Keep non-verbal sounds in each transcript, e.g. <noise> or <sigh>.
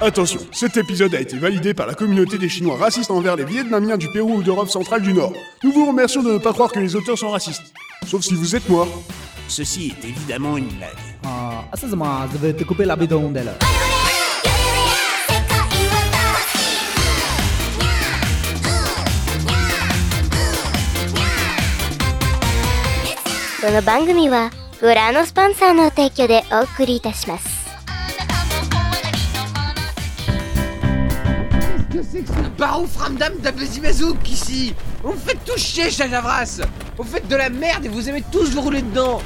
Attention, cet épisode a été validé par la communauté des Chinois racistes envers les Vietnamiens du Pérou ou d'Europe centrale du Nord. Nous vous remercions de ne pas croire que les auteurs sont racistes. Sauf si vous êtes noir. Ceci est évidemment une blague. Ah, ça c'est moi, je vais te couper la bidondelle. この番組はご覧のスポンサーの提供でお送りいたします Bah Barou Framdam d'Abesimazouk ici On me fait tout chier, Javras Vous faites de la merde et vous aimez tous vous rouler dedans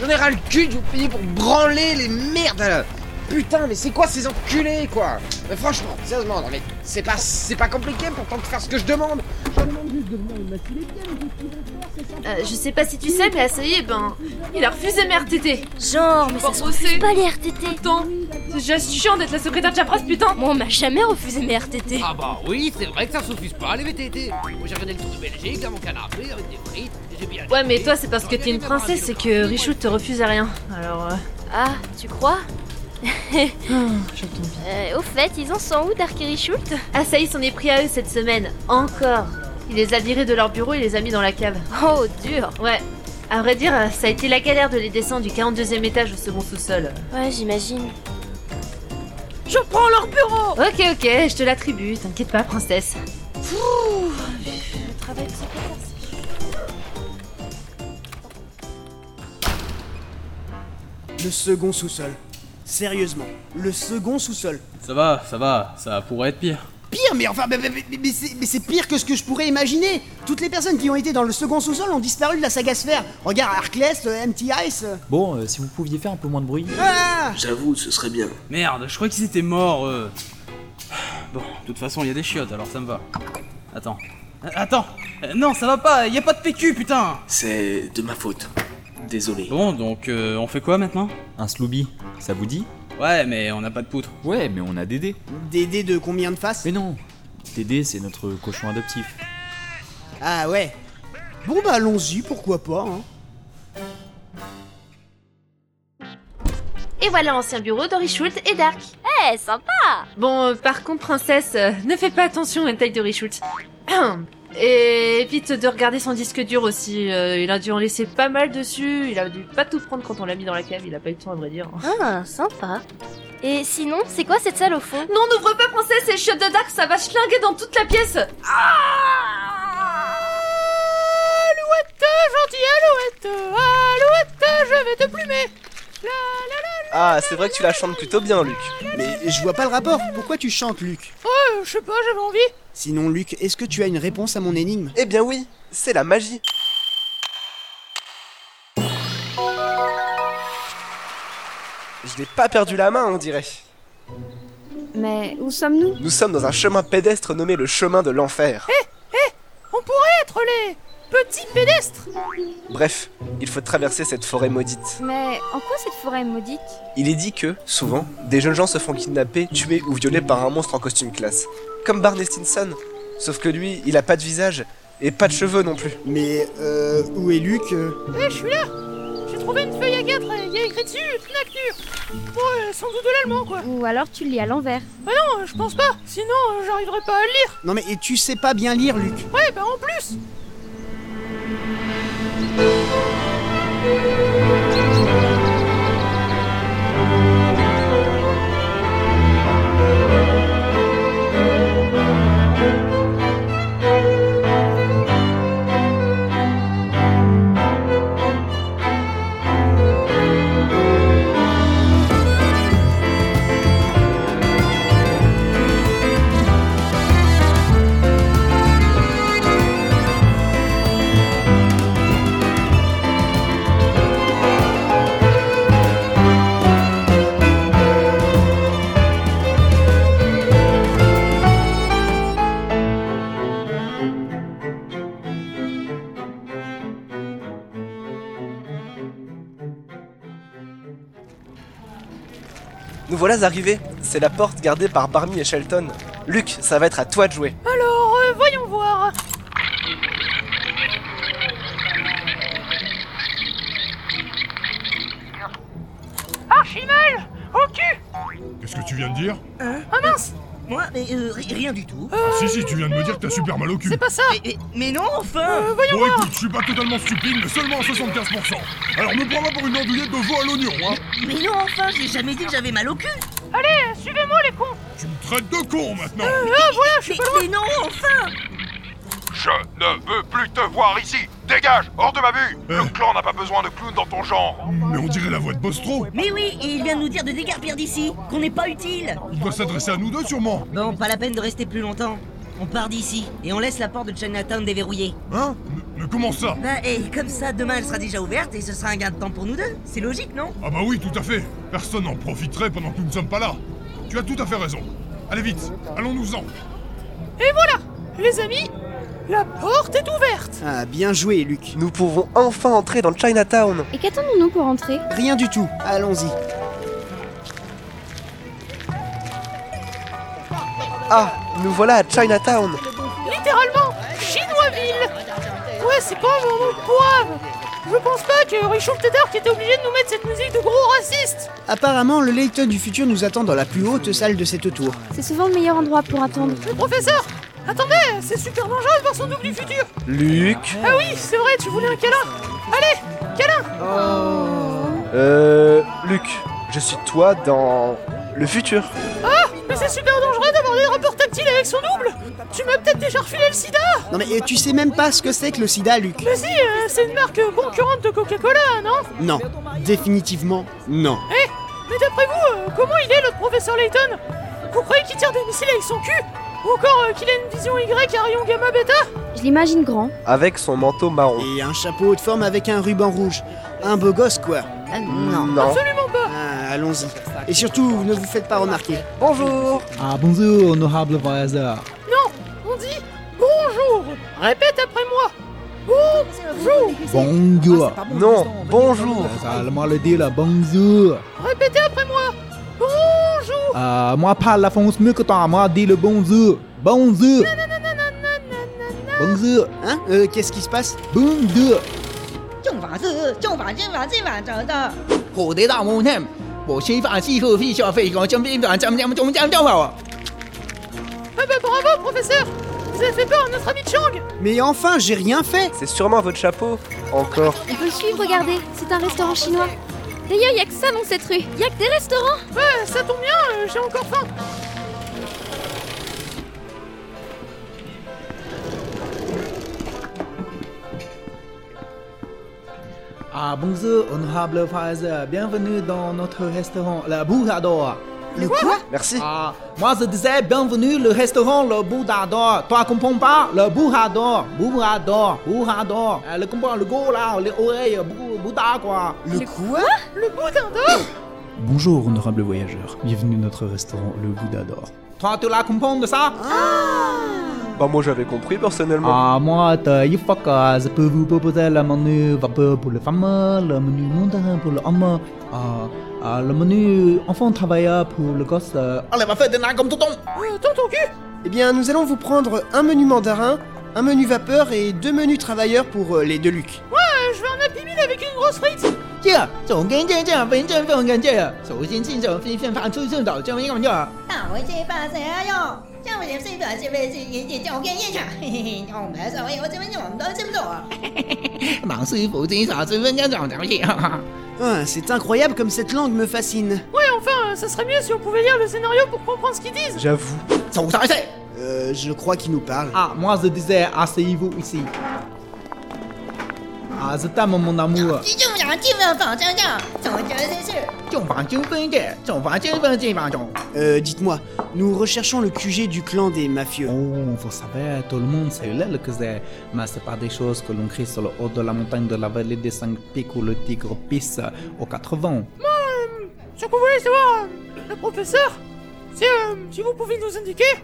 J'en ai ras le cul de vous payer pour branler les merdes là. Putain, mais c'est quoi ces enculés quoi Mais franchement, sérieusement, non mais c'est pas, c'est pas compliqué pourtant de faire ce que je demande Euh, je sais pas si tu sais, mais Assaillé, ben, il a refusé mes RTT. Genre, mais ça se Bon, c'est refuse pas les RTT. tout le temps. C'est juste chiant d'être la secrétaire de Japras, putain. Moi, on m'a jamais refusé mes RTT. Ah bah oui, c'est vrai que ça suffit pas les VTT. Moi j'ai regardé le tour de Belgique à mon canapé avec des frites et j'ai bien. Ouais, mais toi, c'est parce que t'es une princesse c'est que Richoud te refuse à rien. Alors, euh, Ah, <laughs> tu crois Ah, je tombe bien. Euh, Au fait, ils en sont où, Dark et Schult Assaillé s'en est pris à eux cette semaine. Encore. Il les a virés de leur bureau et les a mis dans la cave. Oh, dur. Ouais. À vrai dire, euh, ça a été la galère de les descendre du 42e étage au second sous-sol. Ouais, j'imagine. Je prends leur bureau Ok, ok, je te l'attribue, t'inquiète pas, princesse. Fouh, le travail que ça peut faire, c'est chiant. Le second sous-sol. Sérieusement, le second sous-sol. Ça va, ça va, ça pourrait être pire. Pire, mais enfin, mais, mais- mais- mais c'est mais c'est pire que ce que je pourrais imaginer. Toutes les personnes qui ont été dans le second sous-sol ont disparu de la saga sphère. Regarde Arclès, euh, MT Ice. euh. Bon, euh, si vous pouviez faire un peu moins de bruit. Ah J'avoue, ce serait bien. Merde, je crois qu'ils étaient morts. euh. Bon, de toute façon, il y a des chiottes, alors ça me va. Attends. Euh, Attends Euh, Non, ça va pas, il y a pas de PQ, putain C'est de ma faute. Désolé. Bon, donc euh, on fait quoi maintenant Un slooby, ça vous dit Ouais, mais on n'a pas de poutre. Ouais, mais on a Dédé. Des dés de combien de faces Mais non Dédé, c'est notre cochon adoptif. Ah ouais. Bon bah allons-y, pourquoi pas. hein. Et voilà l'ancien bureau d'Henri Schultz et Dark. Eh, sympa. Bon, euh, par contre, princesse, euh, ne fais pas attention à la taille d'Henri Schultz. <coughs> Et évite de regarder son disque dur aussi. euh, il a dû en laisser pas mal dessus. Il a dû pas tout prendre quand on l'a mis dans la cave. Il a pas eu le temps à vrai dire. <laughs> Ah, sympa. Et sinon, c'est quoi cette salle au fond Non, n'ouvre pas, princesse, c'est le shot de Dark, ça va schlinguer dans toute la pièce. Ah Ah, Ah, c'est vrai que tu la chantes plutôt bien, Luc Mais je vois pas le rapport. Pourquoi tu chantes, Luc Euh, je sais pas, j'avais envie. Sinon, Luc, est-ce que tu as une réponse à mon énigme Eh bien oui, c'est la magie Je n'ai pas perdu la main, on dirait Mais où sommes-nous Nous sommes dans un chemin pédestre nommé le chemin de l'enfer. Eh, On pourrait être les petits pédestres. Bref, il faut traverser cette forêt maudite. Mais en quoi cette forêt maudite Il est dit que, souvent, des jeunes gens se font kidnapper, tuer ou violer par un monstre en costume classe. Comme Barney Stinson. Sauf que lui, il a pas de visage et pas de cheveux non plus. Mais euh, où est Luc euh Eh, je suis là. J'ai trouvé une feuille à 4, il y a écrit dessus Knactur. Bon, euh, sans doute de l'allemand quoi. Ou alors tu le lis à l'envers Non, euh, je pense pas. Sinon, euh, j'arriverai pas à le lire. Non mais et tu sais pas bien lire, Luc. Ouais, bah en plus. Nous voilà arrivés. C'est la porte gardée par Barney et Shelton. Luc, ça va être à toi de jouer. Alors, euh, voyons voir. Archimède Au cul Qu'est-ce que tu viens de dire Ah mince Moi, mais euh, ri- rien du tout. Ah, Si, si, tu viens de me dire que t'as super mal au cul. C'est pas ça mais, mais non, enfin Voyons Bon, voir écoute, je suis pas totalement stupide, mais seulement à 75%. Alors me prends pas Ah, pour une andouillette de veau à l'oignon, hein Mais non, enfin, j'ai jamais dit que j'avais mal au cul Allez, suivez-moi les cons Euh, Tu me traites de con maintenant voilà, je suis pas loin Mais non, enfin Je ne veux plus te voir ici Dégage Hors de ma vue Le clan n'a pas besoin de clowns dans ton genre Euh. Mais on dirait la voix de Bostro Mais oui, et il vient de nous dire de dégarpir d'ici, qu'on n'est pas utile Il doit s'adresser à nous deux sûrement Bon, pas la peine de rester plus longtemps. On part d'ici et on laisse la porte de Chinatown déverrouillée. Hein Mais comment ça Bah, et comme ça, demain elle sera déjà ouverte et ce sera un gain de temps pour nous deux. C'est logique, non Ah bah oui, tout à fait Personne n'en profiterait pendant que nous ne sommes pas là Tu as tout à fait raison. Allez vite, allons-nous-en Et voilà Les amis, la porte est ouverte Ah, bien joué, Luc. Nous pouvons enfin entrer dans Chinatown. Et qu'attendons-nous pour entrer Rien du tout. Allons-y. Ah, nous voilà à Chinatown. Littéralement, Chinoisville Ouais, c'est pas un moment de poivre Je pense pas que Richard Tedark était obligé de nous mettre cette musique de gros raciste Apparemment, le Layton du futur nous attend dans la plus haute salle de cette tour. C'est souvent le meilleur endroit pour attendre. Le professeur Attendez, c'est super dangereux de voir son double du futur Luc Ah oui, c'est vrai, tu voulais un câlin Allez, câlin Oh. Euh. Luc, je suis toi dans. le futur. Ah Mais c'est super dangereux d'avoir des rapports tactiles avec son double Tu m'as peut-être déjà refilé le sida Non mais euh, tu sais même pas ce que c'est que le sida, Luc. Mais si, euh, c'est une marque concurrente de Coca-Cola, non Non, définitivement non. Eh Mais d'après vous, euh, comment il est notre professeur Layton Vous croyez qu'il tire des missiles avec son cul Ou encore euh, qu'il a une vision Y à rayon gamma bêta Je l'imagine grand. Avec son manteau marron. Et un chapeau haut de forme avec un ruban rouge. Un beau gosse, quoi. Euh, non. Non. Absolument pas Ah, allons-y. Et surtout, ne vous faites pas remarquer. Bonjour Ah bonjour, honorable voyageur. Non On dit bonjour Répète après moi Bonjour Bonjour. Non, bonjour. Seulement le dire, là, bonjour. Répétez après moi Bonjour Euh, moi parle la France mieux que toi, moi dis le bonjour. Bonjour. Bonjour. Hein euh, Qu'est-ce qui se passe Bonjour. Ah bah bravo, professeur Vous avez fait peur à notre ami Chang Mais enfin, j'ai rien fait C'est sûrement votre chapeau. Encore. On peut le suivre, regardez. C'est un restaurant chinois. D'ailleurs, y a que ça dans cette rue. Y a que des restaurants. Ouais, ça tombe bien, euh, j'ai encore faim Ah bonjour, honorable voyageur. Bienvenue dans notre restaurant, le Bouddha d'Or. Le quoi Merci. Ah, moi je disais bienvenue le restaurant le Bouddha d'Or. Toi comprends pas le Bouddha d'Or, Bouddha d'Or, Bouddha d'Or. Euh, le comprends le go là, les oreilles, Bou- Bouddha quoi. Le quoi Le boudin d'or Bonjour, honorable voyageur. Bienvenue à notre restaurant, le Bouddha d'Or. Toi tu la comprends de ça Bah, moi j'avais compris personnellement. Ah, moi, de Yufok, je peux vous proposer le menu vapeur pour les femmes, le menu mondain pour l'homme, ah, ah, le menu enfant travailleur pour le gosse. euh. Allez, va faire des nains comme tonton Tonton cul Eh bien, nous allons vous prendre un menu mandarin, un menu vapeur et deux menus travailleurs pour euh, les deux <laughs> Luc. Ouais, euh, je veux un Happy Meal avec une grosse frite Ah <laughs> bah, Ah, c'est incroyable comme cette langue me fascine. Ouais, enfin, euh, ça serait mieux si on pouvait lire le scénario pour comprendre ce qu'ils disent J'avoue. Euh, je crois qu'il nous parle. Ah, moi, je disais, asseyez-vous ici. Ah, je t'aime, mon amour. Ah, Euh, dites-moi, nous recherchons le QG du clan des mafieux. Oh, vous savez, tout le monde sait là le que c'est. Mais c'est pas des choses que l'on crie sur le haut de la montagne de la vallée des cinq pics où le tigre pisse aux 80. Ce que vous voulez savoir, euh, le professeur, c'est euh, si vous pouvez nous indiquer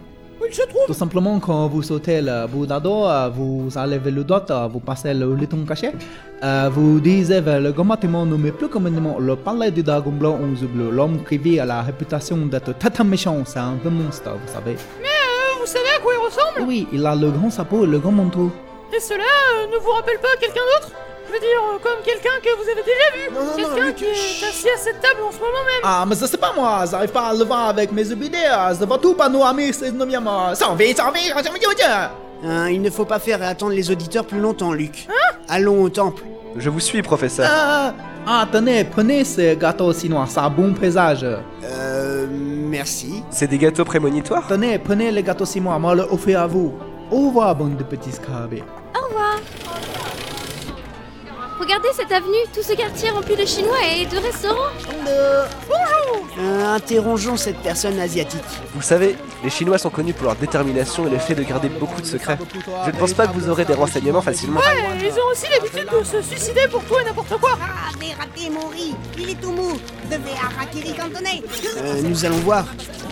où il se trouve. Tout simplement, quand vous sautez le bout d'un dos, euh, vous allez vers le doigt, euh, vous passez le liton caché, euh, vous disiez vers le grand bâtiment nommé plus communément le palais du dragon blanc aux yeux bleus, l'homme qui vit à la réputation d'être très méchant, c'est un peu monstre, vous savez. Mais euh, vous savez à quoi il ressemble Oui, il a le grand chapeau et le grand manteau. Et cela euh, ne vous rappelle pas quelqu'un d'autre Je veux dire, euh, comme quelqu'un que vous avez déjà vu non, Quelqu'un qui est assis à cette table en ce moment même Ah, mais ça c'est pas moi, j'arrive pas à le voir avec mes idées, ça va tout pas nous amis, c'est nous bien moi. Oh, Sans vie, sans vie, sans vie, sans vie. Hein, il ne faut pas faire attendre les auditeurs plus longtemps, Luc. Allons au temple. Je vous suis, professeur. Hein Ah, ah, tenez, prenez ce gâteau chinois, ça a bon présage. Euh, merci. C'est des gâteaux prémonitoires Tenez, prenez le gâteau chinois, moi le offert à vous. Au revoir, bande de petits scarabées. Au revoir Regardez cette avenue, tout ce quartier rempli de Chinois et de restaurants Bonjour Euh, interrogeons cette personne Ah. asiatique. Vous savez, les Chinois sont connus pour leur détermination et le fait de garder beaucoup de secrets. Je ne pense pas que vous aurez des renseignements facilement. Ouais, ils ont aussi l'habitude de se suicider pour tout et n'importe quoi Ah, j'ai raté mon riz Il est tout mou Devez harakiri cantonais Euh, nous allons voir.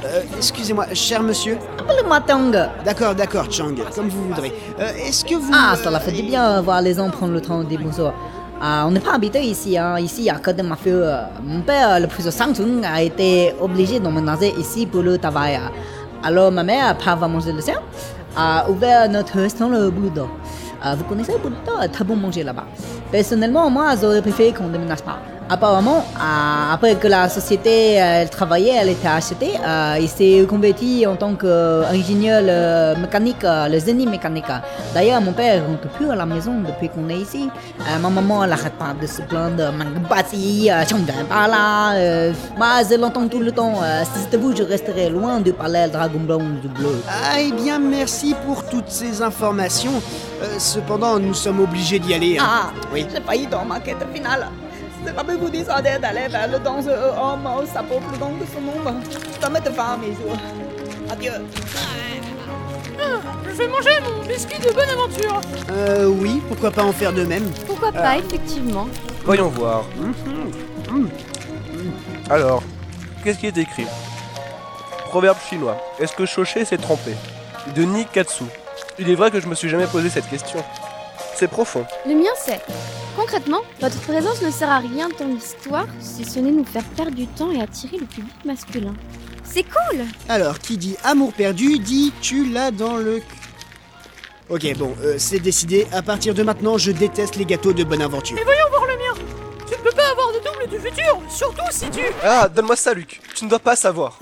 Euh, excusez-moi, cher monsieur. Appelez-moi Tang. D'accord, d'accord, Chang, comme vous voudrez. Euh, est-ce que vous. Ah, cela fait du bien euh, voir les gens prendre le temps des bonsoirs. Ah, on n'est pas habitué ici, hein. ici il y a que des mafieux. euh. Mon père, le professeur Samsung, a été obligé d'emménager ici pour le travail. hein. Alors ma mère, pas va manger le sien, a ouvert notre restaurant le Bouddha. Ah, vous connaissez le Bouddha, très bon manger là-bas. Personnellement, moi j'aurais préféré qu'on ne déménage pas. Apparemment, ah, après que la société euh, elle travaillait, elle était achetée, ah, il s'est converti en tant qu'ingénieur mécanique, euh, le génie mécanique. D'ailleurs, mon père rentre plus à la maison depuis qu'on est ici. Euh, ma maman, elle n'arrête pas de se plaindre. Manque bâti, euh, chambre pas là. euh, moi, je l'entends tout le temps. Euh, si c'était vous, je resterais loin du palais Dragon Blanc du Bleu. Ah, eh bien, merci pour toutes ces informations. Euh, cependant, nous sommes obligés d'y aller. hein. Ah, oui. j'ai failli dans ma quête finale. C'est pas plus vous dissuader d'aller vers le danseur homme au sapot plus long de son ombre. Ça met fin à mes jours. Adieu. Hum, Je vais manger mon biscuit de bonne aventure Euh, oui, pourquoi pas en faire de même Pourquoi pas, Ah. effectivement Voyons voir. Alors, qu'est-ce qui est écrit Proverbe chinois. Est-ce que Shoshe s'est trompé De Nikatsu. Il est vrai que je me suis jamais posé cette question. C'est profond. Le mien c'est. Concrètement, votre présence ne sert à rien dans l'histoire si ce n'est nous faire perdre du temps et attirer le public masculin. C'est cool Alors, qui dit amour perdu dit tu l'as dans le. cul. Ok, bon, euh, c'est décidé. À partir de maintenant, je déteste les gâteaux de bonne aventure. Mais voyons voir le mien Tu ne peux pas avoir de double du futur, surtout si tu... Ah, donne-moi ça, Luc. Tu ne dois pas savoir.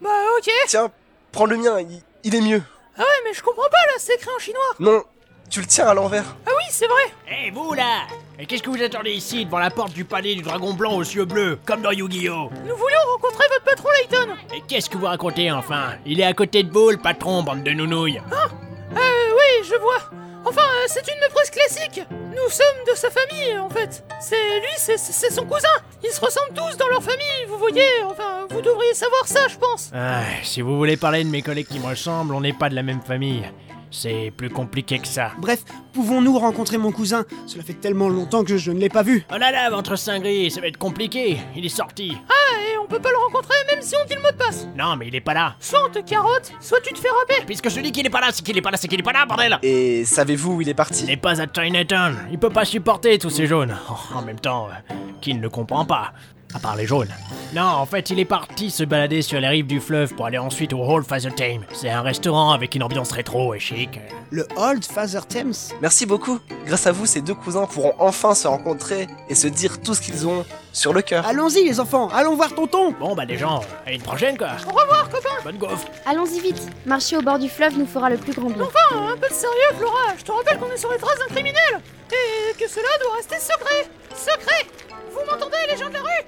Bah ok Tiens, prends le mien. Il, il est mieux. Ah ouais, mais je comprends pas là, c'est écrit en chinois Non, tu le tiens à l'envers. Ah oui, c'est vrai Eh vous là Et qu'est-ce que vous attendez ici devant la porte du palais du dragon blanc aux yeux bleus, comme dans Yu-Gi-Oh Nous voulions rencontrer votre patron Layton Et qu'est-ce que vous racontez enfin Il est à côté de vous le patron, bande de nounouilles Euh, oui, je vois. Enfin, euh, c'est une phrase classique. Nous sommes de sa famille, en fait. C'est lui, c'est- c'est c'est son cousin. Ils se ressemblent tous dans leur famille, vous voyez. Enfin, vous devriez savoir ça, je pense. Ah, si vous voulez parler de mes collègues qui me ressemblent, on n'est pas de la même famille. C'est plus compliqué que ça. Bref, pouvons-nous rencontrer mon cousin Cela fait tellement longtemps que je ne l'ai pas vu. Oh là là, ventre cinglé, ça va être compliqué. Il est sorti. Ah, et on peut pas le rencontrer même si on dit le mot de passe. Non, mais il est pas là. Soit on te carotte, soit tu te fais râper. Puisque je dis qu'il est pas là, c'est qu'il est pas là, c'est qu'il est pas là, bordel Et savez-vous où il est parti Il n'est pas à Chinatown. Il peut pas supporter tous ces jaunes. Oh, en même temps, euh, qui ne le comprend pas À part les jaunes. Non, en fait, il est parti se balader sur les rives du fleuve pour aller ensuite au Hall Father Tame. C'est un restaurant avec une ambiance rétro et chic. Euh, Le Old Father Thames Merci beaucoup. Grâce à vous, ces deux cousins pourront enfin se rencontrer et se dire tout ce qu'ils ont sur le cœur. Allons-y, les enfants, allons voir tonton Bon, bah, les gens, à une prochaine, quoi. Au revoir, copain. Bonne gaufre. Allons-y vite, marcher au bord du fleuve nous fera le plus grand bien. Enfin, un peu de sérieux, Flora. Je te rappelle qu'on est sur les traces d'un criminel. Et que cela doit rester secret. Secret Vous m'entendez, les gens de la rue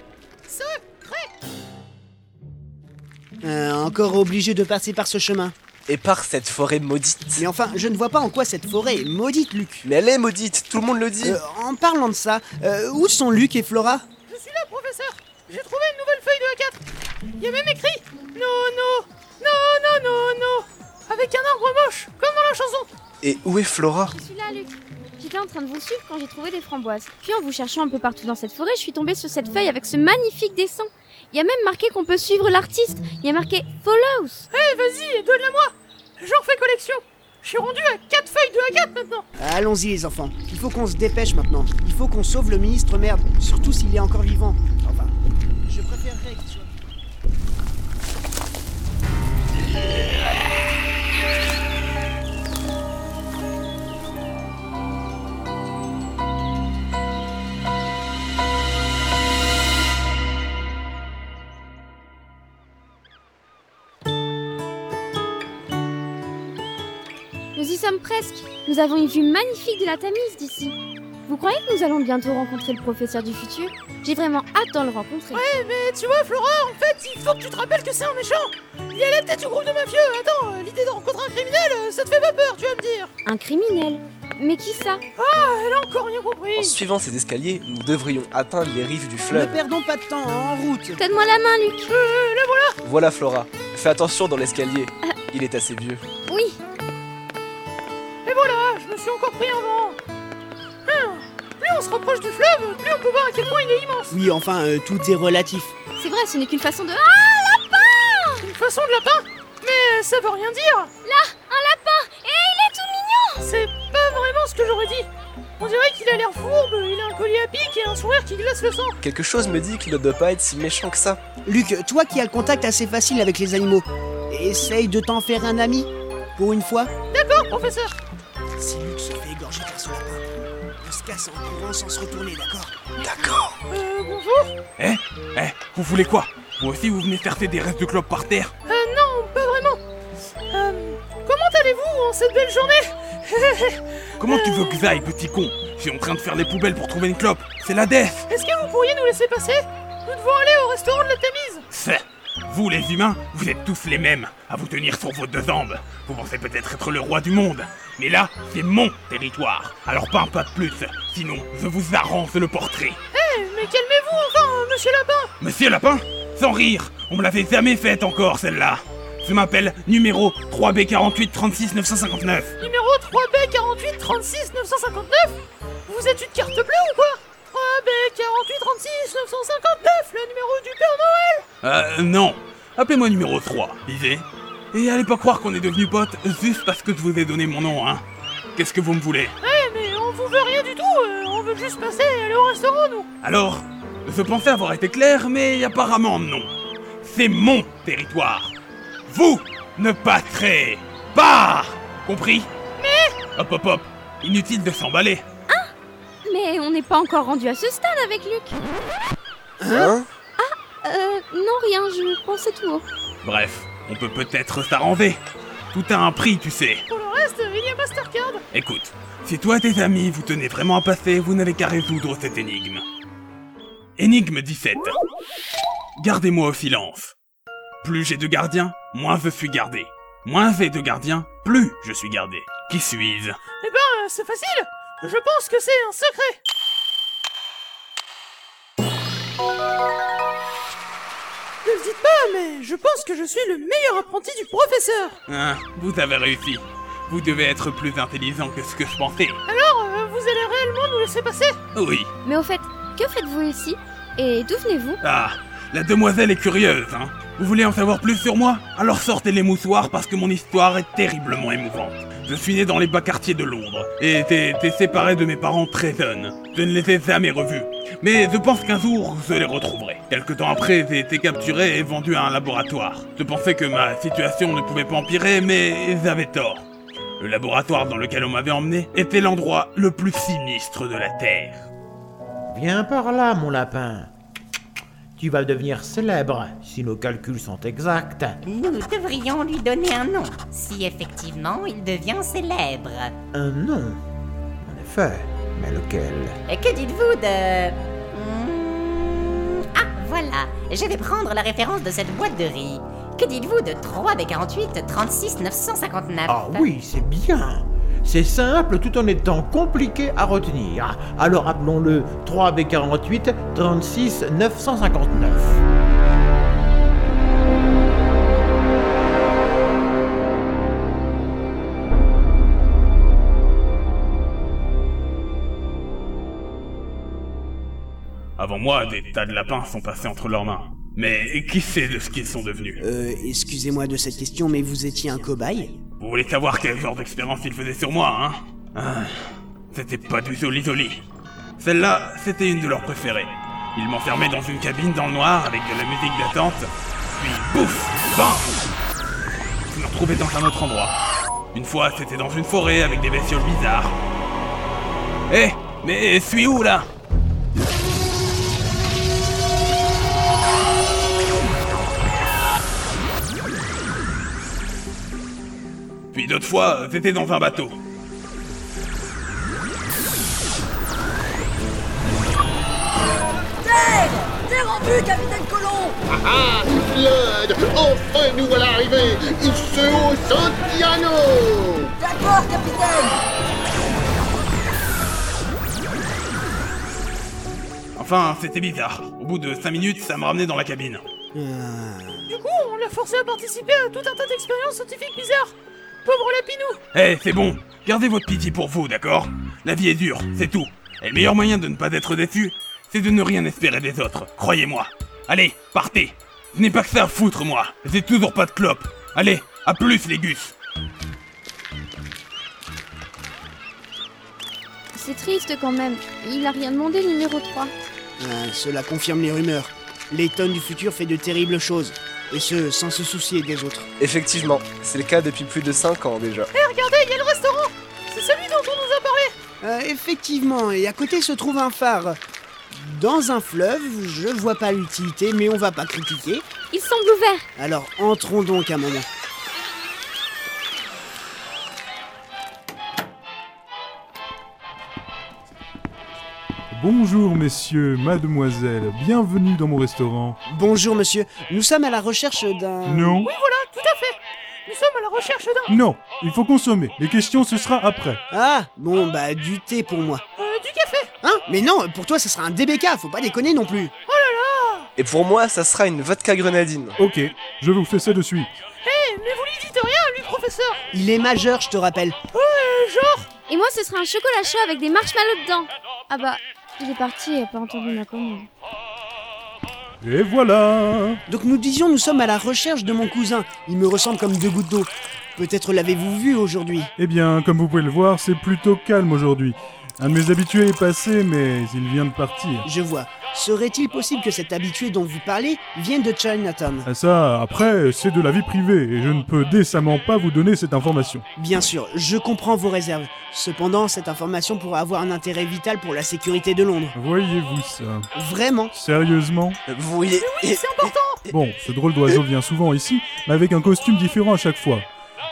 Secret Euh, Encore obligé de passer par ce chemin. Et par cette forêt maudite. Mais enfin, je ne vois pas en quoi cette forêt est maudite, Luc. Mais elle est maudite, tout le monde le dit. Euh, en parlant de ça, euh, où sont Luc et Flora Je suis là, professeur J'ai trouvé une nouvelle feuille de A4 Il y a même écrit Non, non Non, non, non, non Avec un arbre moche, comme dans la chanson Et où est Flora Je suis là, Luc. J'étais en train de vous suivre quand j'ai trouvé des framboises. Puis en vous cherchant un peu partout dans cette forêt, je suis tombée sur cette feuille avec ce magnifique dessin. Il y a même marqué qu'on peut suivre l'artiste. Il y a marqué Follows. Eh, vas-y, donne-la moi J'en fais collection Je suis rendu à 4 feuilles de A4 maintenant Allons-y, les enfants. Il faut qu'on se dépêche maintenant. Il faut qu'on sauve le ministre merde, surtout s'il est encore vivant. Enfin, je préférerais qu'il soit. Nous y sommes presque. Nous avons une vue magnifique de la Tamise d'ici. Vous croyez que nous allons bientôt rencontrer le professeur du futur J'ai vraiment hâte d'en le rencontrer. Ouais, mais tu vois, Flora, en fait, il faut que tu te rappelles que c'est un méchant. Il est à la tête du groupe de mafieux. Attends, euh, l'idée de rencontrer un criminel, euh, ça te fait pas peur, tu vas me dire. Un criminel Mais qui ça Ah, elle a encore rien compris. En suivant ces escaliers, nous devrions atteindre les rives du fleuve. perdons pas de temps, hein, en route. Donne-moi la main, Luc. la voilà. Voilà Flora. Fais attention dans l'escalier. Il est assez vieux. Oui. Et voilà, je me suis encore pris un vent. Hum, Plus on se rapproche du fleuve, plus on peut voir à quel point il est immense. Oui, enfin, euh, tout est relatif. C'est vrai, ce n'est qu'une façon de. Ah, lapin Une façon de lapin Mais ça veut rien dire. Là, un lapin Et il est tout mignon C'est pas vraiment ce que j'aurais dit. On dirait qu'il a l'air fourbe, il a un collier à pic et un sourire qui glace le sang. Quelque chose me dit qu'il ne doit pas être si méchant que ça. Luc, toi qui as le contact assez facile avec les animaux, essaye de t'en faire un ami, pour une fois. D'accord, professeur Si Luc se fait égorger par ce lapin, on se casse en courant sans se retourner, d'accord D'accord. Euh, bonjour Eh Eh Vous voulez quoi Vous aussi, vous venez faire des restes de clopes par terre Euh, non, pas vraiment. Euh, comment allez-vous en cette belle journée <laughs> Comment tu veux que j'aille, petit con Je suis en train de faire les poubelles pour trouver une clope. C'est la def Est-ce que vous pourriez nous laisser passer Nous devons aller au restaurant de la Tamise C'est- Vous, les humains, vous êtes tous les mêmes, à vous tenir sur vos deux jambes. Vous pensez peut-être être le roi du monde, mais là, c'est mon territoire. Alors pas un pas de plus, sinon je vous arrange le portrait. Eh, mais calmez-vous enfin, euh, monsieur Lapin Monsieur Lapin Sans rire, on me l'avait jamais faite encore, celle-là. Je m'appelle numéro 3B48 36 959. Numéro 3B 48 36 959 Vous êtes une carte bleue ou quoi 3B 48 36 959, le numéro du Père Noël Euh, non. Appelez-moi numéro 3, lisez. Et allez pas croire qu'on est devenus potes juste parce que je vous ai donné mon nom, hein. Qu'est-ce que vous me voulez Ouais, Eh, mais on vous veut rien du tout, euh, on veut juste passer et aller au restaurant, nous Alors, je pensais avoir été clair, mais apparemment non. C'est mon territoire. Vous ne passerez pas Compris Mais, Hop hop hop, inutile de s'emballer. Mais on n'est pas encore rendu à ce stade avec Luc. Hein Euh, non, rien, je pensais tout haut. Bref, on peut peut-être s'arranger. Tout a un prix, tu sais. pour le reste, il y a Mastercard Écoute, si toi et tes amis vous tenez vraiment à passer, vous n'avez qu'à résoudre cette énigme. Énigme 17. Gardez-moi au silence. Plus j'ai de gardiens, moins je suis gardé. Moins j'ai de gardiens, plus je suis gardé. Qui suis-je Eh ben, euh, c'est facile Je pense que c'est un secret Ne le dites pas, mais je pense que je suis le meilleur apprenti du professeur Hein, Vous avez réussi. Vous devez être plus intelligent que ce que je pensais. Alors, euh, vous allez réellement nous laisser passer Oui. Mais au fait, que faites-vous ici Et d'où venez-vous Ah, la demoiselle est curieuse, hein. Vous voulez en savoir plus sur moi Alors sortez les moussoirs parce que mon histoire est terriblement émouvante. Je suis né dans les bas quartiers de Londres et été été séparé de mes parents très jeunes. Je ne les ai jamais revus. Mais je pense qu'un jour, je les retrouverai. Quelque temps après, j'ai été capturé et vendu à un laboratoire. Je pensais que ma situation ne pouvait pas empirer, mais j'avais tort. Le laboratoire dans lequel on m'avait emmené était l'endroit le plus sinistre de la Terre. Viens par là, mon lapin. Tu vas devenir célèbre, si nos calculs sont exacts. Nous devrions lui donner un nom, si effectivement il devient célèbre. Un nom, en effet, mais lequel Et que dites-vous de... Hmm, Ah, voilà, je vais prendre la référence de cette boîte de riz. Que dites-vous de 3 des 48 36 959 Ah oui, hein. c'est bien. C'est simple tout en étant compliqué à retenir. Alors appelons-le 3B48 36 959. Avant moi, des tas de lapins sont passés entre leurs mains. Mais qui sait de ce qu'ils sont devenus Euh, excusez-moi de cette question, mais vous étiez un cobaye Vous voulez savoir quel genre d'expérience ils faisaient sur moi, hein Ah, C'était pas du joli joli. Celle-là, c'était une de leurs préférées. Ils m'enfermaient dans une cabine dans le noir avec de la musique d'attente, puis bouf Bam Je me retrouvais dans un autre endroit. Une fois, c'était dans une forêt avec des bestioles bizarres. Hé Mais je suis où, là Puis d'autres fois, c'était dans un bateau. Ted Terre en vue, capitaine Colomb Ah Flood Enfin nous voilà arrivés Ici au Santiano D'accord, capitaine Enfin, c'était bizarre. Au bout de 5 minutes, ça me ramenait dans la cabine. Du coup, on l'a forcé à participer à tout un tas d'expériences scientifiques bizarres. Pauvre Lapinou Eh, c'est bon, gardez votre pitié pour vous, d'accord La vie est dure, c'est tout. Et le meilleur moyen de ne pas être déçu, c'est de ne rien espérer des autres, croyez-moi. Allez, partez Je n'ai pas que ça à foutre, moi J'ai toujours pas de clope Allez, à plus, les gus C'est triste quand même. Il a rien demandé, le numéro 3. Euh, cela confirme les rumeurs. L'Eton du futur fait de terribles choses. Et ce, sans se soucier des autres. Effectivement, c'est le cas depuis plus de 5 ans déjà. Eh, regardez, il y a le restaurant C'est celui dont on nous a parlé Euh, effectivement, et à côté se trouve un phare. Dans un fleuve, je vois pas l'utilité, mais on va pas critiquer. Il semble ouvert. Alors entrons donc un moment. Bonjour messieurs, mademoiselle, bienvenue dans mon restaurant. Bonjour monsieur, nous sommes à la recherche d'un... Non. Oui, voilà, tout à fait Nous sommes à la recherche d'un... Non, il faut consommer. Les questions, ce sera après. Ah, bon bah du thé pour moi. Euh, du café Hein Mais non, pour toi ça sera un DBK, faut pas déconner non plus. Oh là là Et pour moi, ça sera une vodka grenadine. Ok, je vous fais ça de suite. Eh, mais vous lui dites rien, lui, professeur Il est majeur, je te rappelle. Ouais, genre Et moi, ce sera un chocolat chaud avec des marshmallows dedans. Ah bah, il est parti, il a pas entendu ma commande. Et voilà Donc nous disions nous sommes à la recherche de mon cousin. Il me ressemble comme deux gouttes d'eau. Peut-être l'avez-vous vu aujourd'hui. Eh bien, comme vous pouvez le voir, c'est plutôt calme aujourd'hui. Un de mes habitués est passé, mais il vient de partir. Je vois. Serait-il possible que cet habitué dont vous parlez vienne de Chinatown Ah, Ça, après, c'est de la vie privée, et je ne peux décemment pas vous donner cette information. Bien sûr, je comprends vos réserves. Cependant, cette information pourrait avoir un intérêt vital pour la sécurité de Londres. Voyez-vous ça Vraiment Sérieusement Vous voyez Oui, c'est important Bon, ce drôle d'oiseau vient souvent ici, mais avec un costume différent à chaque fois.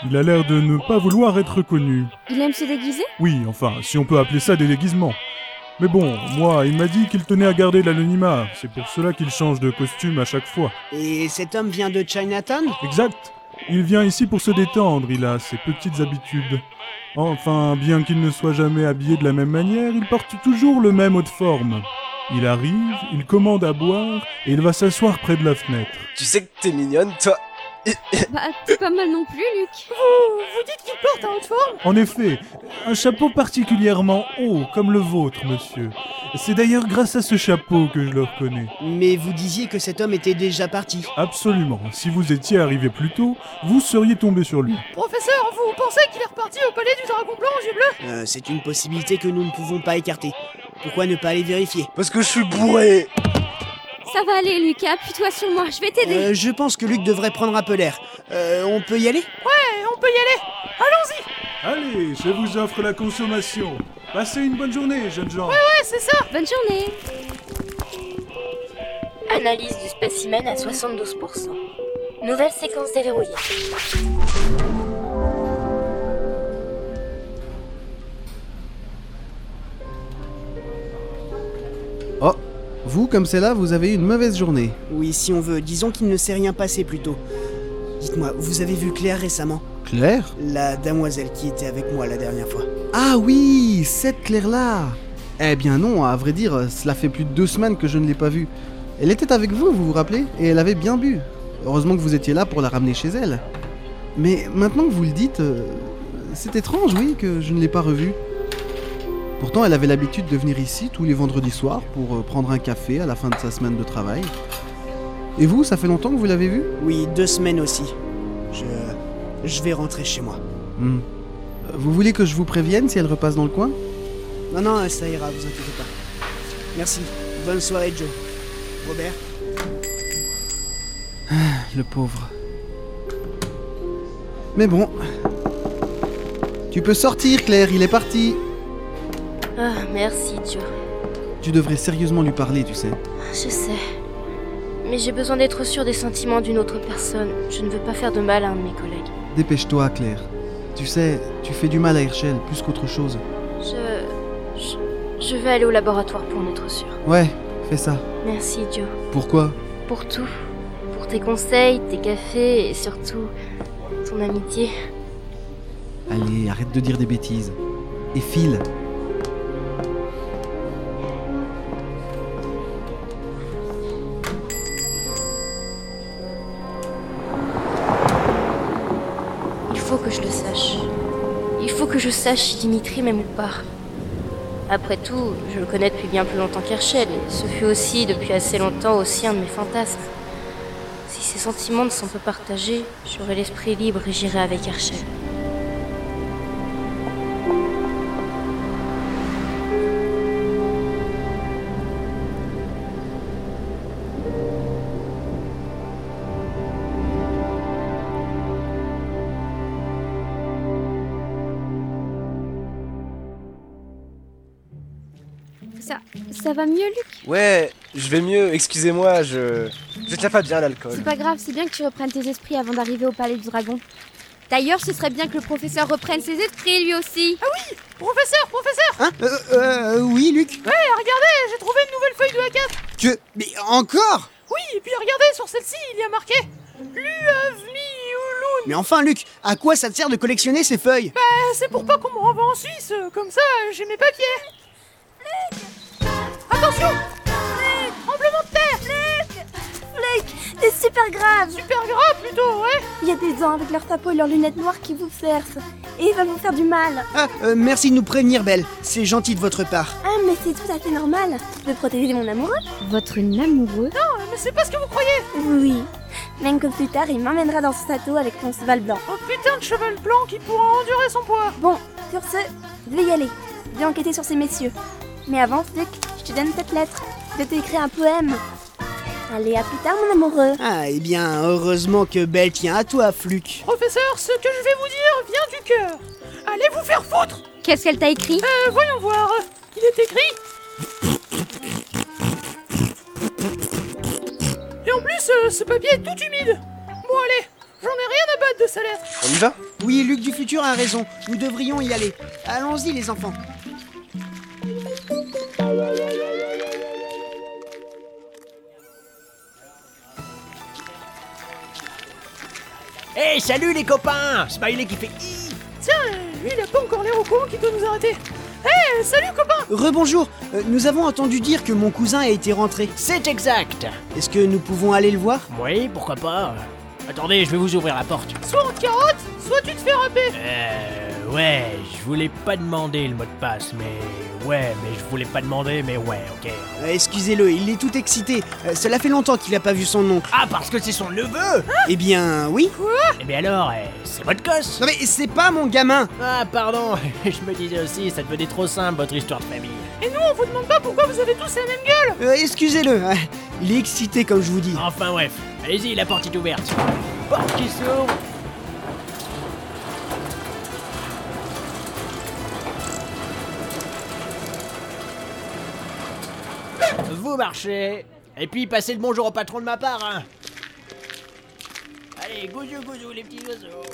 Il a l'air de ne pas vouloir être connu. Il aime se déguiser Oui, enfin, si on peut appeler ça des déguisements. Mais bon, moi, il m'a dit qu'il tenait à garder l'anonymat. C'est pour cela qu'il change de costume à chaque fois. Et cet homme vient de Chinatown Exact. Il vient ici pour se détendre, il a ses petites habitudes. Enfin, bien qu'il ne soit jamais habillé de la même manière, il porte toujours le même haut de forme. Il arrive, il commande à boire, et il va s'asseoir près de la fenêtre. Tu sais que t'es mignonne, toi Bah, t'es pas mal non plus, Luc. Vous, vous dites qu'il porte un haut de forme En effet, un chapeau particulièrement haut, comme le vôtre, monsieur. C'est d'ailleurs grâce à ce chapeau que je le reconnais. Mais vous disiez que cet homme était déjà parti. Absolument, si vous étiez arrivé plus tôt, vous seriez tombé sur lui. Professeur, vous pensez qu'il est reparti au palais du dragon blanc aux yeux bleus Euh, C'est une possibilité que nous ne pouvons pas écarter. Pourquoi ne pas aller vérifier Parce que je suis bourré Ça va aller, Luc, appuie-toi sur moi, je vais t'aider. Euh, Je pense que Luc devrait prendre un peu l'air. Euh, on peut y aller Ouais, on peut y aller Allons-y Allez, je vous offre la consommation. Passez une bonne journée, jeunes gens. Ouais, ouais, c'est ça Bonne journée. Analyse du spécimen à 72%. Nouvelle séquence déverrouillée. Oh, vous, comme c'est là, vous avez eu une mauvaise journée. Oui, si on veut. Disons qu'il ne s'est rien passé plutôt. Dites-moi, vous avez vu Claire récemment Claire La damoiselle qui était avec moi la dernière fois. Ah oui, cette Claire-là Eh bien non, à vrai dire, cela fait plus de deux semaines que je ne l'ai pas vue. Elle était avec vous, vous vous rappelez Et elle avait bien bu. Heureusement que vous étiez là pour la ramener chez elle. Mais maintenant que vous le dites, euh, c'est étrange, oui, que je ne l'ai pas revue. Pourtant, elle avait l'habitude de venir ici tous les vendredis soirs pour euh, prendre un café à la fin de sa semaine de travail. Et vous, ça fait longtemps que vous l'avez vue Oui, deux semaines aussi. Je. Je vais rentrer chez moi. Hmm. Euh, Vous voulez que je vous prévienne si elle repasse dans le coin Non, non, ça ira, vous inquiétez pas. Merci. Bonne soirée, Joe. Robert Ah, Le pauvre. Mais bon. Tu peux sortir, Claire, il est parti. Ah, merci Dieu. Tu devrais sérieusement lui parler, tu sais. Je sais. Mais j'ai besoin d'être sûre des sentiments d'une autre personne. Je ne veux pas faire de mal à un de mes collègues. Dépêche-toi, Claire. Tu sais, tu fais du mal à Herschel plus qu'autre chose. Je... je. je vais aller au laboratoire pour en être sûre. Ouais, fais ça. Merci, Joe. Pourquoi Pour tout. Pour tes conseils, tes cafés et surtout ton amitié. Allez, arrête de dire des bêtises. Et file. Il faut que je le sache. Il faut que je sache si Dimitri m'aime ou pas. Après tout, je le connais depuis bien plus longtemps qu'Herschel, et ce fut aussi depuis assez longtemps aussi un de mes fantasmes. Si ces sentiments ne sont pas partagés, j'aurai l'esprit libre et j'irai avec Herschel. Ça, ça va mieux, Luc Ouais, je vais mieux, excusez-moi, je. Je tiens pas bien à l'alcool. C'est pas grave, c'est bien que tu reprennes tes esprits avant d'arriver au palais du dragon. D'ailleurs, ce serait bien que le professeur reprenne ses esprits lui aussi. Ah oui Professeur, professeur Hein euh, euh, Oui, Luc Ouais, regardez, j'ai trouvé une nouvelle feuille de la carte Que. Mais encore Oui, et puis regardez, sur celle-ci, il y a marqué Luavmiouloun Mais enfin, Luc, à quoi ça te sert de collectionner ces feuilles Bah, c'est pour pas qu'on me renvoie en Suisse, euh, comme ça, j'ai mes papiers Attention Tremblement de terre C'est super grave Super grave plutôt, ouais Il y a des gens avec leurs sapots et leurs lunettes noires qui vous percent. Et ils veulent vous faire du mal. Ah, euh, merci de nous prévenir, Belle. C'est gentil de votre part. Ah, mais c'est tout à fait normal de protéger mon amoureux. Votre amoureux Non, mais c'est pas ce que vous croyez Oui. Même que plus tard, il m'emmènera dans son château avec son cheval blanc. Oh putain de cheval blanc qui pourra endurer son poids Bon, sur ce, je vais y aller. Je vais enquêter sur ces messieurs. Mais avant, Luc, je te donne cette lettre. Je vais t'écrire un poème. Allez, à plus tard, mon amoureux. Ah, eh bien, heureusement que Belle tient à toi, Fluc. Professeur, ce que je vais vous dire vient du cœur. Allez vous faire foutre Qu'est-ce qu'elle t'a écrit Euh, voyons voir. Il est écrit. Et en plus, euh, ce papier est tout humide. Bon, allez, j'en ai rien à battre de sa lettre. On y va Oui, Luc du futur a raison. Nous devrions y aller. Allons-y, les enfants. Hey, salut les copains Smiley qui fait hi Tiens, euh, lui, il a pas encore l'air au courant qu'il doit nous arrêter. Hé, salut copain Rebonjour. Euh, nous avons entendu dire que mon cousin a été rentré. C'est exact Est-ce que nous pouvons aller le voir Oui, pourquoi pas Attendez, je vais vous ouvrir la porte. Soit on te carotte, soit tu te fais râper. Euh, ouais, je voulais pas demander le mot de passe, mais... Ouais, mais je voulais pas demander, mais ouais, ok. Euh, Excusez-le, il est tout excité. Euh, cela fait longtemps qu'il n'a pas vu son oncle. Ah, parce que c'est son neveu Eh bien, oui. Eh bien alors, eh, c'est votre gosse Non mais c'est pas mon gamin Ah, pardon, <laughs> je me disais aussi, ça devenait trop simple, votre histoire de famille. Et nous, on vous demande pas pourquoi vous avez tous la même gueule Euh, Excusez-le, euh, il est excité comme je vous dis. Enfin bref, allez-y, la porte est ouverte. Porte qui s'ouvre Vous marchez, et puis passez le bonjour au patron de ma part, hein Allez, goujou, goujou, les petits oiseaux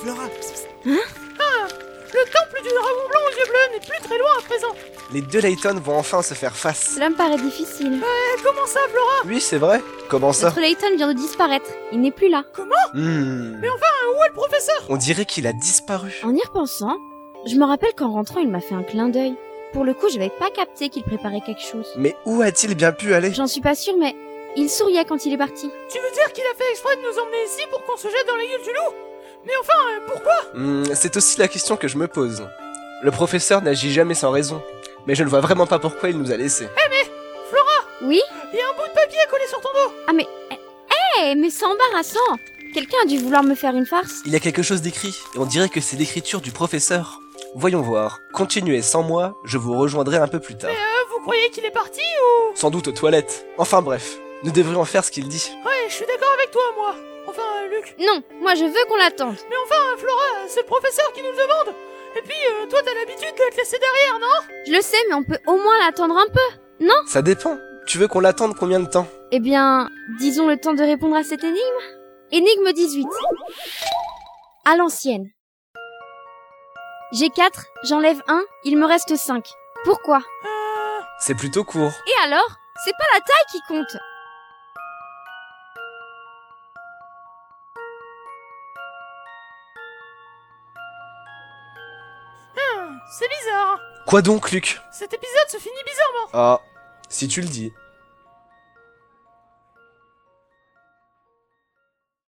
Flora, Hein Ah, le temple du dragon blanc aux yeux bleus n'est plus très loin à présent. Les deux Layton vont enfin se faire face. Cela me paraît difficile. Euh, comment ça, Flora Oui, c'est vrai. Comment ça Notre Layton vient de disparaître. Il n'est plus là. Comment Hmm, Mais enfin, où est le professeur On dirait qu'il a disparu. En y repensant, je me rappelle qu'en rentrant, il m'a fait un clin d'œil. Pour le coup, je n'avais pas capté qu'il préparait quelque chose. Mais où a-t-il bien pu aller J'en suis pas sûre, mais il souriait quand il est parti. Tu veux dire qu'il a fait exprès de nous emmener ici pour qu'on se jette dans la gueule du loup Mais enfin, euh, pourquoi Hmm, C'est aussi la question que je me pose. Le professeur n'agit jamais sans raison, mais je ne vois vraiment pas pourquoi il nous a laissés. Flora Oui Il y a un bout de papier collé sur ton dos Ah, mais. Eh, eh, mais c'est embarrassant Quelqu'un a dû vouloir me faire une farce. Il y a quelque chose d'écrit, et on dirait que c'est l'écriture du professeur. Voyons voir. Continuez sans moi, je vous rejoindrai un peu plus tard. Mais euh, vous croyez qu'il est parti ou Sans doute aux toilettes. Enfin bref, nous devrions faire ce qu'il dit. Ouais, je suis d'accord avec toi, moi. Enfin, euh, Luc. Non, moi je veux qu'on l'attende. Mais enfin, euh, Flora, euh, c'est le professeur qui nous le demande. Et puis, euh, Hein toi, t'as l'habitude de te laisser derrière, non Je le sais, mais on peut au moins l'attendre un peu. Non Ça dépend. Tu veux qu'on l'attende combien de temps Eh bien, disons le temps de répondre à cette énigme. Énigme 18. À l'ancienne. J'ai 4, j'enlève 1, il me reste 5. Pourquoi C'est plutôt court. Et alors C'est pas la taille qui compte Hum, c'est bizarre. Quoi donc, Luc Hein, Cet épisode se finit bizarrement. Ah, si tu le dis.